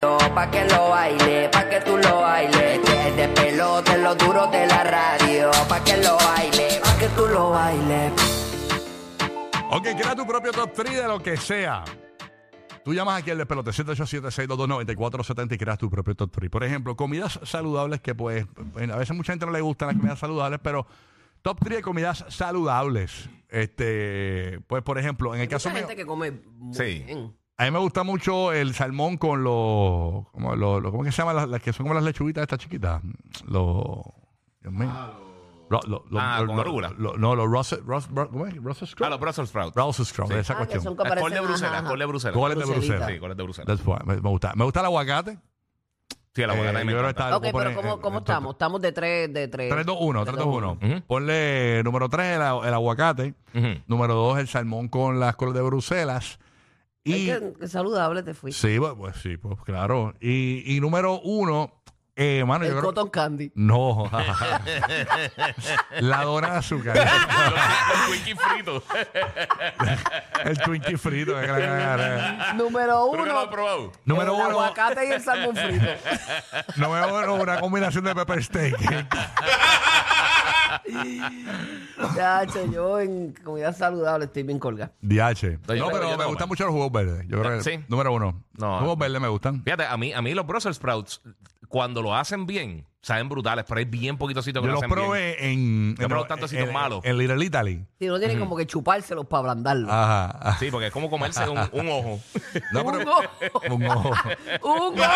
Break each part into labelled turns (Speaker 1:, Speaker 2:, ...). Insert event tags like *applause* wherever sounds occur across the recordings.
Speaker 1: Pa' que lo baile, pa' que tú lo bailes. Que es de pelote lo duro de la radio. Pa' que lo baile, pa' que tú lo bailes.
Speaker 2: Ok, crea tu propio top 3 de lo que sea. Tú llamas aquí al despelote 787-622-9470 y creas tu propio top 3. Por ejemplo, comidas saludables que pues, bueno, a veces mucha gente no le gustan las comidas saludables, pero top 3 de comidas saludables. Este, pues por ejemplo, en el caso
Speaker 3: Mucha
Speaker 2: mío,
Speaker 3: gente que come muy
Speaker 4: Sí.
Speaker 3: bien.
Speaker 2: a mí me gusta mucho el salmón con los, como los, los- ¿cómo que se llaman? Las, las que son como las lechuguitas estas chiquitas. Los, Dios mío. Ro- lo- lo-
Speaker 4: Ah,
Speaker 2: lo-
Speaker 4: con
Speaker 2: lo-
Speaker 4: arúgula.
Speaker 2: lo- No, los Russell, Russell, ¿cómo es? Russell
Speaker 4: A
Speaker 2: Scrum.
Speaker 4: los Brussels sprouts.
Speaker 2: Ah, Brussels Scrum,
Speaker 4: Sí.
Speaker 2: esa
Speaker 3: Ah, que
Speaker 2: cuestión.
Speaker 3: son
Speaker 4: La col de
Speaker 3: parecen
Speaker 4: Bruselas,
Speaker 3: ajá.
Speaker 4: col de Bruselas.
Speaker 2: Goles de
Speaker 3: Bruselita.
Speaker 2: Bruselas.
Speaker 4: Sí, goles de Bruselas.
Speaker 2: That's why. Me, me gusta. Me gusta el aguacate.
Speaker 4: Sí, a la
Speaker 2: Eh,
Speaker 4: abogada
Speaker 2: yo
Speaker 4: me
Speaker 2: creo que
Speaker 4: encanta. *laughs*
Speaker 2: está-
Speaker 3: Ok,
Speaker 2: Voy a
Speaker 3: pero
Speaker 2: poner-
Speaker 3: ¿cómo, cómo
Speaker 2: eh,
Speaker 3: estamos? Estamos de tres, de tres.
Speaker 2: 3-2-1, 3-2-1.
Speaker 4: Ujú.
Speaker 2: Ponle número 3 el, a- el aguacate.
Speaker 4: Ujú.
Speaker 2: Número 2 el salmón con las colas de Bruselas. Y.
Speaker 3: Ay, qué- qué saludable te fuiste.
Speaker 2: Sí, pues, pues sí, pues claro. Y, y número 1, eh, mano, yo
Speaker 3: El
Speaker 2: creo.
Speaker 3: cotton *laughs* candy.
Speaker 2: No. *laughs* la dona de azúcar. *laughs*
Speaker 4: Los Twinkies fritos.
Speaker 2: el Twinkie frito.
Speaker 3: Número
Speaker 4: ¿Tú nunca lo has
Speaker 3: uno. *laughs*
Speaker 4: probado?
Speaker 2: número
Speaker 3: el
Speaker 2: 1,
Speaker 3: aguacate y el salmón frito.
Speaker 2: número uno, una combinación de pepper steak.
Speaker 3: *laughs*
Speaker 4: *laughs*
Speaker 3: Ya, che, yo en comida saludable estoy bien colgada.
Speaker 2: DH.
Speaker 4: No, yo
Speaker 2: No,
Speaker 4: creo que
Speaker 2: pero
Speaker 4: yo
Speaker 2: me gustan
Speaker 4: no, man. Ah,
Speaker 2: mucho los jugos verdes. Yo creo que-
Speaker 4: Sí.
Speaker 2: Número uno.
Speaker 4: No.
Speaker 2: Jugos verdes me gustan.
Speaker 4: Fíjate, a mí, a mí los Brussels sprouts, cuando lo hacen bien, saben brutales, pero hay bien poquitosito que
Speaker 2: Yo
Speaker 4: lo
Speaker 2: los
Speaker 4: hacen bien.
Speaker 2: probé en.
Speaker 4: Yo
Speaker 2: en-
Speaker 4: probé tantos sitios
Speaker 2: en-
Speaker 4: malos.
Speaker 2: En Little Italy.
Speaker 3: Si no tienen como que chupárselos para ablandarlos. *laughs*
Speaker 2: Ajá.
Speaker 4: Sí, porque es como comerse un, un
Speaker 2: *laughs*
Speaker 4: ojo.
Speaker 2: No,
Speaker 3: un
Speaker 2: pero.
Speaker 3: ojo.
Speaker 2: Un ojo.
Speaker 3: *laughs* Un ojo.
Speaker 4: Una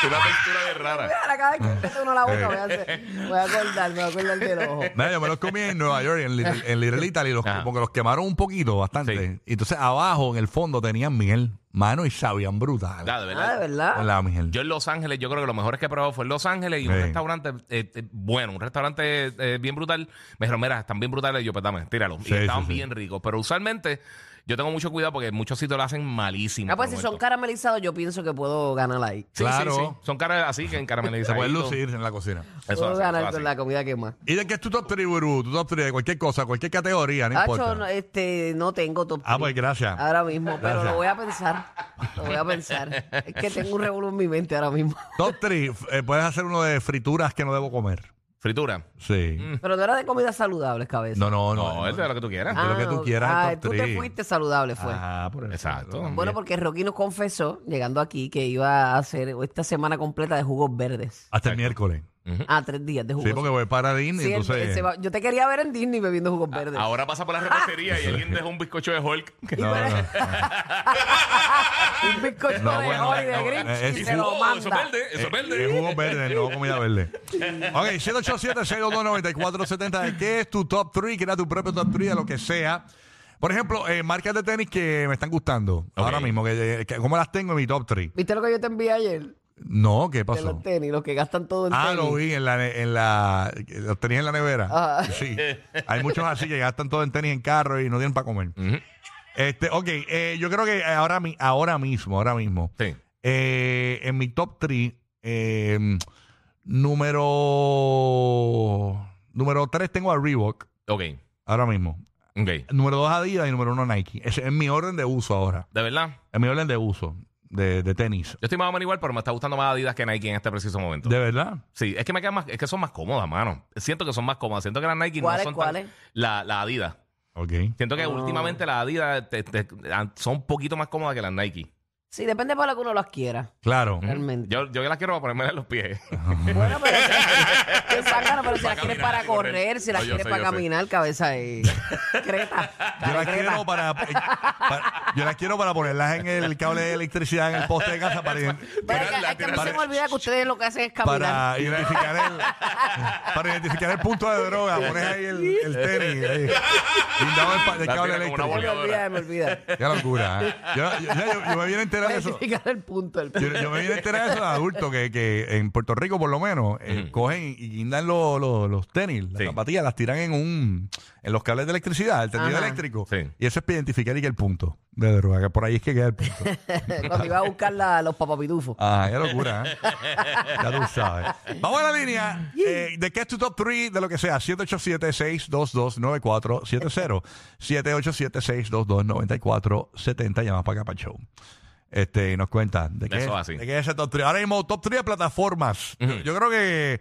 Speaker 4: textura de rara.
Speaker 3: Mira, cada vez que te uno la boca, voy a,
Speaker 2: *laughs*
Speaker 3: hacer, voy a acordar, me voy a acordar del ojo.
Speaker 2: No, yo me los comí en Nueva York, en
Speaker 3: *laughs*
Speaker 2: Little, en Little Italy, los,
Speaker 4: Ajá.
Speaker 2: porque los quemaron un poquito, bastante.
Speaker 4: Sí.
Speaker 2: Y entonces abajo, en el fondo, tenían miel, mano y sabían brutal.
Speaker 4: Ya,
Speaker 3: Ah,
Speaker 4: de verdad.
Speaker 3: de verdad.
Speaker 2: Con la miel.
Speaker 4: Yo en Los Ángeles, yo creo que lo mejor que he probado fue en Los Ángeles y un
Speaker 2: Sí.
Speaker 4: restaurante eh, eh, bueno, un restaurante eh, bien brutal. Me dijeron, mira, están bien brutales. Y yo, pues dame, tíralo.
Speaker 2: Sí,
Speaker 4: y estaban
Speaker 2: sí, sí.
Speaker 4: bien ricos. Pero usualmente yo tengo mucho cuidado porque muchos sitios lo hacen malísimo.
Speaker 3: Ah, pues si son
Speaker 4: Roberto.
Speaker 3: caramelizados, yo pienso que puedo ganar ahí.
Speaker 4: Sí,
Speaker 2: Claro.
Speaker 4: sí, sí. Son caras así que en
Speaker 2: Se
Speaker 4: caramelizado.
Speaker 2: pueden lucir en la cocina.
Speaker 4: Eso
Speaker 3: puedo
Speaker 4: hace,
Speaker 3: ganar
Speaker 4: eso
Speaker 3: con
Speaker 4: hace.
Speaker 3: la comida que más.
Speaker 2: ¿Y de qué es tu top 3, Burú? Tu top 3 de cualquier cosa, cualquier categoría, no
Speaker 3: Hacho,
Speaker 2: importa.
Speaker 3: no, este, no tengo top
Speaker 2: Ah,
Speaker 3: three
Speaker 2: pues gracias.
Speaker 3: Ahora mismo, pero
Speaker 2: Gracias.
Speaker 3: lo voy a pensar. Lo voy a pensar. Es que tengo un revolú en mi mente ahora mismo. *laughs*
Speaker 2: Top 3, puedes hacer uno de frituras que no debo comer.
Speaker 4: Fritura.
Speaker 2: Sí.
Speaker 3: Pero no era de comidas saludables, cabeza.
Speaker 2: No, no, no.
Speaker 4: Mm. No, eso es lo que tú quieras.
Speaker 2: de lo que tú
Speaker 3: no.
Speaker 2: quieras,
Speaker 3: Ah,
Speaker 2: top
Speaker 3: tú te
Speaker 2: three.
Speaker 3: fuiste saludable, fue.
Speaker 2: Ah, por eso.
Speaker 4: Exacto.
Speaker 3: bueno, porque Rocky nos confesó, llegando aquí, que iba a hacer esta semana completa de jugos verdes.
Speaker 2: Hasta el miércoles.
Speaker 3: Ah, tres días de jugos.
Speaker 2: Sí, porque voy para Disney,
Speaker 3: Sí, él- él
Speaker 2: entonces.
Speaker 3: se va- yo te quería ver en Disney bebiendo jugos verdes.
Speaker 4: Ahora pasa por la repostería y alguien dejó un bizcocho de Hulk.
Speaker 2: No, no, no.
Speaker 3: *laughs* un bizcocho
Speaker 2: No,
Speaker 3: de
Speaker 2: bueno,
Speaker 3: Hoy *laughs* de
Speaker 2: no,
Speaker 4: *laughs*
Speaker 3: Grinch
Speaker 2: eh,
Speaker 3: y
Speaker 2: es-
Speaker 3: se lo
Speaker 4: Oh, eso
Speaker 3: manda.
Speaker 4: verde, *laughs* eso verde.
Speaker 2: Eh, eh, jugos verdes, no comida
Speaker 3: *laughs*
Speaker 2: verde. ok, 787-622-9470. ¿Qué es tu top 3? ¿Qué era tu propio top 3 de lo que sea? Por ejemplo, eh, marcas de tenis que me están gustando ahora mismo. Que, eh, que- ¿Cómo las tengo en mi top 3?
Speaker 3: ¿Viste lo que yo te envié ayer?
Speaker 2: No, ¿qué
Speaker 3: De
Speaker 2: pasó?
Speaker 3: los tenis, los que gastan todo en
Speaker 2: Ah,
Speaker 3: tenis.
Speaker 2: lo vi en la, ne- en la. Los tenis en la nevera.
Speaker 3: Ajá. *laughs*
Speaker 2: Sí. Hay muchos así que gastan todo en tenis en carro y no tienen para comer. Este, ok, eh, yo creo que ahora, mi- ahora mismo, ahora mismo,
Speaker 4: Sí.
Speaker 2: eh, en mi top eh, 3, número. Número 3 tengo a Reebok,
Speaker 4: Ok,
Speaker 2: ahora mismo.
Speaker 4: ok. De
Speaker 2: Número 2 Adidas y número 1 Nike. Ese es mi orden de uso ahora.
Speaker 4: verdad.
Speaker 2: Es mi orden de uso de, de tenis.
Speaker 4: Yo estoy más o menos igual, pero me está gustando más Adidas que Nike en este preciso momento.
Speaker 2: ¿De verdad?
Speaker 4: Sí, es que me quedan más, es que son más cómodas, mano. Siento que son más cómodas. Siento que las Nike no
Speaker 3: ¿Cuáles,
Speaker 4: son
Speaker 3: cuáles?
Speaker 4: tan la, la Adidas.
Speaker 2: Ok.
Speaker 4: Siento que
Speaker 3: Ah.
Speaker 4: últimamente las Adidas te- te- son un poquito más cómodas que las Nike.
Speaker 3: Sí, depende para lo que uno las quiera,
Speaker 2: Claro.
Speaker 3: realmente.
Speaker 4: Yo, yo las quiero para ponerme en los pies. *laughs*
Speaker 3: Bueno, pero, qué bacano, pero si
Speaker 4: Para
Speaker 3: las quieres
Speaker 4: caminar
Speaker 3: para
Speaker 4: y correr.
Speaker 3: correr, si las
Speaker 4: No, yo
Speaker 3: quieres
Speaker 4: sé,
Speaker 3: para
Speaker 4: yo sé.
Speaker 3: caminar, cabeza y creta.
Speaker 2: Yo las
Speaker 3: creta.
Speaker 2: quiero para, eh, para- yo las quiero para ponerlas en el cable de electricidad en el poste de casa para, ident-
Speaker 3: Pero es que- es que no se me olvida que ustedes lo que hacen es caminar.
Speaker 2: para identificar el para identificar el punto de droga. Pones ahí el, el tenis ahí, blindado del, pa- del
Speaker 4: La
Speaker 2: cable
Speaker 4: tira como una
Speaker 2: eléctrico.
Speaker 4: bola.
Speaker 3: me olvida, me olvida.
Speaker 2: Qué locura. ¿eh? Yo, yo- yo- yo me vienen enterar de eso.
Speaker 3: identificar el punto del
Speaker 2: Yo, yo me vine a enterar de eso de adulto, que, que en Puerto Rico, por lo menos, eh, cogen y guindan lo- lo- los tenis, las
Speaker 4: Sí.
Speaker 2: zapatillas, las tiran en un en los cables de electricidad, el tendido
Speaker 3: Ajá.
Speaker 2: eléctrico.
Speaker 4: Sí.
Speaker 2: Y eso es para identificar y que el punto de droga, que por ahí es que queda el punto.
Speaker 3: *laughs* Cuando iba a buscar la- los papapidufos.
Speaker 2: Ah, qué locura, ¿eh? Ya tú sabes. Vamos a la línea. Eh, ¿De qué es tu top 3? De lo que sea. 787-622-9470. 787-622-9470. Llamas para acá para el show. Este, y nos cuenta de qué,
Speaker 4: Eso
Speaker 2: es,
Speaker 4: así.
Speaker 2: de qué es ese top 3. Ahora mismo, top 3 de plataformas. Yo- Yo creo que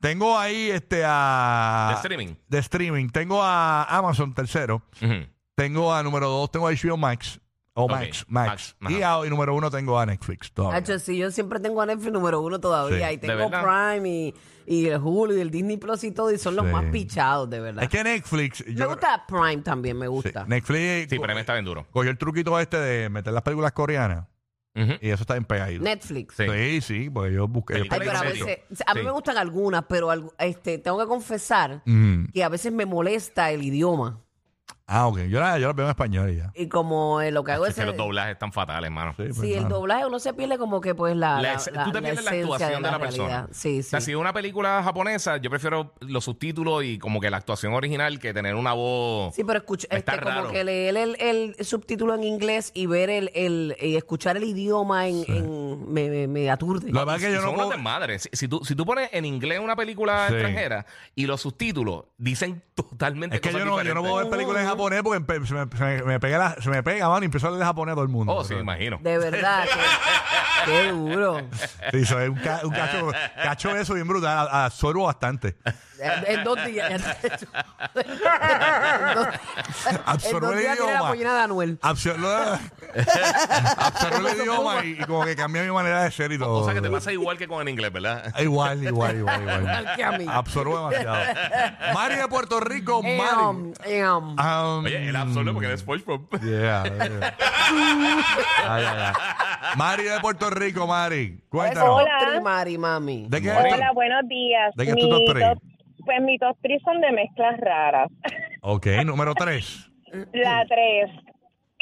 Speaker 2: tengo ahí este a.
Speaker 4: De streaming.
Speaker 2: De streaming. Tengo a Amazon tercero.
Speaker 4: Ujú.
Speaker 2: Tengo a número 2, tengo a HBO Max. O
Speaker 4: Ok,
Speaker 2: Max, Max.
Speaker 4: Max, ajá.
Speaker 2: y, a- y número 1 tengo a Netflix. todavía.
Speaker 3: Hacho, sí, yo siempre tengo a Netflix número uno todavía.
Speaker 2: Sí.
Speaker 3: y
Speaker 4: ¿De
Speaker 3: tengo
Speaker 4: verdad?
Speaker 3: Prime y, y el Hulu y el Disney Plus y todo. Y son los
Speaker 2: Sí.
Speaker 3: más pichados, de verdad.
Speaker 2: Es que Netflix.
Speaker 3: me gusta Prime también, me
Speaker 2: Sí,
Speaker 3: gusta.
Speaker 2: Netflix.
Speaker 4: Sí, pero me está bien duro.
Speaker 2: Cogió el truquito este de meter las películas coreanas.
Speaker 4: Ujú.
Speaker 2: Y eso está bien pegadito.
Speaker 3: Netflix.
Speaker 4: Sí.
Speaker 2: Sí, sí, porque yo busqué. yo
Speaker 4: Ay,
Speaker 3: Ay,
Speaker 2: perdí-
Speaker 3: pero a
Speaker 4: serio.
Speaker 3: veces, a mí
Speaker 4: Sí.
Speaker 3: me gustan algunas, pero algu- este, tengo que confesar
Speaker 2: Mm.
Speaker 3: que a veces me molesta el idioma.
Speaker 2: Ah, ok. Yo la, yo la veo en español y ya.
Speaker 3: Y como eh, lo que hago
Speaker 4: Es
Speaker 3: es...
Speaker 4: que los doblajes están fatales, hermano.
Speaker 2: Sí, pues,
Speaker 3: Sí, el
Speaker 2: nada.
Speaker 3: doblaje uno se pierde como que pues la,
Speaker 4: La
Speaker 3: la,
Speaker 4: ex-
Speaker 3: la-
Speaker 4: tú
Speaker 3: la
Speaker 4: te pierdes la,
Speaker 3: esencia
Speaker 4: actuación de la, persona.
Speaker 3: realidad. Sí,
Speaker 4: O sea,
Speaker 3: sí.
Speaker 4: si es una película japonesa, yo prefiero los subtítulos y como que la actuación original que tener una voz.
Speaker 3: Sí, pero escucha,
Speaker 4: Está
Speaker 3: este, como
Speaker 4: raro.
Speaker 3: que leer el, el subtítulo en inglés y ver el, el y escuchar el idioma en, en- me, me, me aturde.
Speaker 2: La verdad es Ah, que yo
Speaker 4: son
Speaker 2: no
Speaker 4: unos
Speaker 2: puedo.
Speaker 4: desmadres. Si, si tú, si tú pones en inglés una película
Speaker 2: Sí.
Speaker 4: extranjera y los subtítulos dicen totalmente
Speaker 2: Es que yo
Speaker 4: cosas
Speaker 2: no, yo no puedo ver
Speaker 4: diferentes.
Speaker 2: películas en japonés porque empe- se me, se me- me pega, la- se me pega, mano, y empiezo a hablar de japonés a todo el mundo.
Speaker 4: Oh, sí, imagino.
Speaker 3: De
Speaker 2: *laughs*
Speaker 3: verdad. que- qué duro.
Speaker 2: Sí, eso es un, ca- un
Speaker 4: *laughs*
Speaker 2: cacho, cacho eso bien brutal. a-
Speaker 3: *laughs*
Speaker 2: Absorbo bastante.
Speaker 3: En, en dos días. *laughs* en dos, en
Speaker 2: Absorbo
Speaker 3: dos
Speaker 2: el
Speaker 3: días tiene la
Speaker 2: idioma.
Speaker 3: pollina de Anuel.
Speaker 2: Absorbo,
Speaker 4: *laughs*
Speaker 2: absorbo el idioma y, y como que cambia mi manera de ser y todo. Ah,
Speaker 4: O sea, que te pasa igual que con el
Speaker 2: *laughs*
Speaker 4: inglés, ¿verdad?
Speaker 2: Igual, igual, igual,
Speaker 4: *laughs*
Speaker 2: igual.
Speaker 3: Igual que a mí.
Speaker 2: Absorbo demasiado. Mari de Puerto Rico,
Speaker 3: Eh,
Speaker 2: Ah, Mari.
Speaker 3: um, eh, um.
Speaker 2: Um,
Speaker 4: Oye, él absorbe porque él es Forge Pop.
Speaker 2: yeah, yeah. Ah, ya, ya. Mari de Puerto Rico, Mari. Cuéntanos.
Speaker 5: Hola.
Speaker 3: Mari, mami.
Speaker 2: ¿De qué es
Speaker 5: Hola,
Speaker 2: esto?
Speaker 5: buenos días.
Speaker 2: ¿De qué es tu top tres?
Speaker 5: pues mi top 3 son de mezclas
Speaker 2: *laughs*
Speaker 5: raras.
Speaker 2: Ok, número 3.
Speaker 5: La 3,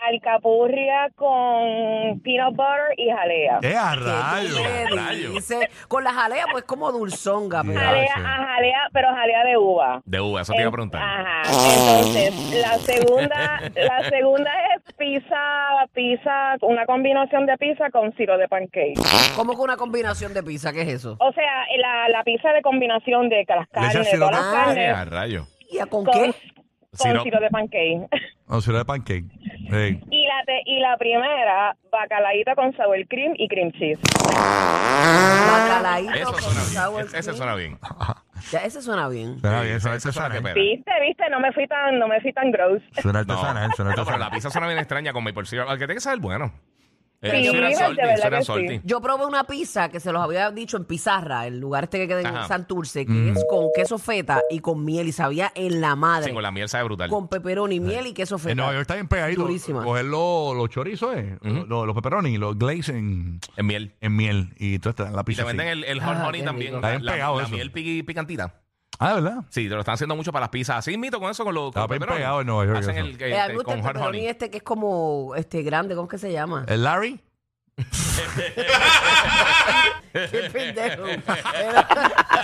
Speaker 5: alcapurria con peanut butter y jalea.
Speaker 2: ¡Eh, a
Speaker 3: ¿Qué tú
Speaker 2: rayos!
Speaker 3: me
Speaker 4: rayos.
Speaker 3: dices? Con la jalea, pues como dulzonga. pero-
Speaker 2: Ya,
Speaker 5: Jalea,
Speaker 2: sí.
Speaker 5: a jalea, pero jalea de uva.
Speaker 4: De uva, eso te iba a
Speaker 5: En-
Speaker 4: preguntar.
Speaker 5: Ajá. Entonces, la segunda, la segunda es pizza, pizza, una combinación de pizza con siro de pancake.
Speaker 3: ¿Cómo que una combinación de pizza? ¿Qué es eso?
Speaker 5: O sea, la, la pizza de combinación de las
Speaker 2: echas
Speaker 5: carnes, de
Speaker 2: siro de Ah,
Speaker 5: todas las
Speaker 3: pancake.
Speaker 4: Eh,
Speaker 5: carnes,
Speaker 4: a rayo.
Speaker 3: ¿Y a con
Speaker 5: con,
Speaker 3: qué?
Speaker 4: Siro-
Speaker 5: con siro de pancake.
Speaker 2: O sea, de pancake. Hey.
Speaker 5: Y la, te- y la primera, bacalaíta con sour cream y cream cheese.
Speaker 3: Bacalaíto
Speaker 4: Eso
Speaker 3: con
Speaker 4: suena
Speaker 3: sour
Speaker 4: bien. Es- Ese
Speaker 3: cream.
Speaker 4: suena bien.
Speaker 3: Ya, ese suena bien.
Speaker 2: Suena
Speaker 4: Sí,
Speaker 2: bien,
Speaker 4: ese-
Speaker 2: suena
Speaker 4: ese suena que
Speaker 2: artesanal.
Speaker 4: pega.
Speaker 5: Viste, viste, no me fui tan, no me fui tan gross.
Speaker 2: Suena
Speaker 4: No.
Speaker 2: artesanal, suena
Speaker 4: No, pero la
Speaker 2: artesanal.
Speaker 4: pizza suena bien extraña con maple syrup. Al que tiene que saber bueno.
Speaker 5: Sí,
Speaker 4: eso era
Speaker 5: de
Speaker 4: salty,
Speaker 5: verdad
Speaker 4: eso era
Speaker 5: que sí.
Speaker 4: salty.
Speaker 3: Yo probé una pizza que se los había dicho en Pizarra, el lugar este que queda en
Speaker 4: Ajá. Mm.
Speaker 3: Santurce, que es con queso feta y con miel y sabía en la madre.
Speaker 4: Sí, con la miel sabe brutal.
Speaker 3: Con peperoni, miel y queso feta.
Speaker 2: En Nueva York está bien pegadito.
Speaker 3: Durísima.
Speaker 2: Coger los, los chorizos, eh, los, los pepperoni, los glaze en,
Speaker 4: En miel.
Speaker 2: en miel. Y todo está en la
Speaker 4: Y te
Speaker 2: pizza. así.
Speaker 4: venden el, el hot
Speaker 3: Ah,
Speaker 4: honey
Speaker 3: qué
Speaker 4: también.
Speaker 3: rico.
Speaker 2: Está
Speaker 4: La,
Speaker 2: bien
Speaker 4: la-
Speaker 2: pegado
Speaker 4: la
Speaker 2: eso.
Speaker 4: miel piqui- picantita.
Speaker 2: Ah, ¿verdad?
Speaker 4: Sí, te lo están haciendo mucho para las pizzas. Así mito con eso, con los.
Speaker 2: Está
Speaker 4: con
Speaker 2: bien
Speaker 4: pepperoni.
Speaker 2: pegado en Nueva York
Speaker 4: Hacen
Speaker 2: eso.
Speaker 4: el,
Speaker 3: Eh,
Speaker 4: eh,
Speaker 3: a mí me gusta
Speaker 4: con
Speaker 3: el
Speaker 4: hot
Speaker 3: pepperoni
Speaker 4: honey.
Speaker 3: este que es como este grande, ¿cómo es que se
Speaker 4: *laughs*
Speaker 3: llama? *laughs*
Speaker 2: ¿El Larry? *laughs*
Speaker 3: Qué pendejo.
Speaker 2: eh,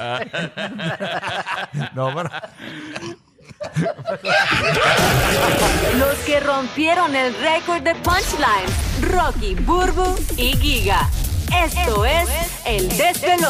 Speaker 4: Ah.
Speaker 2: *laughs* no, pero.
Speaker 6: Los que rompieron el récord de punchline, Rocky, Burbu y Giga. Esto es el despelote.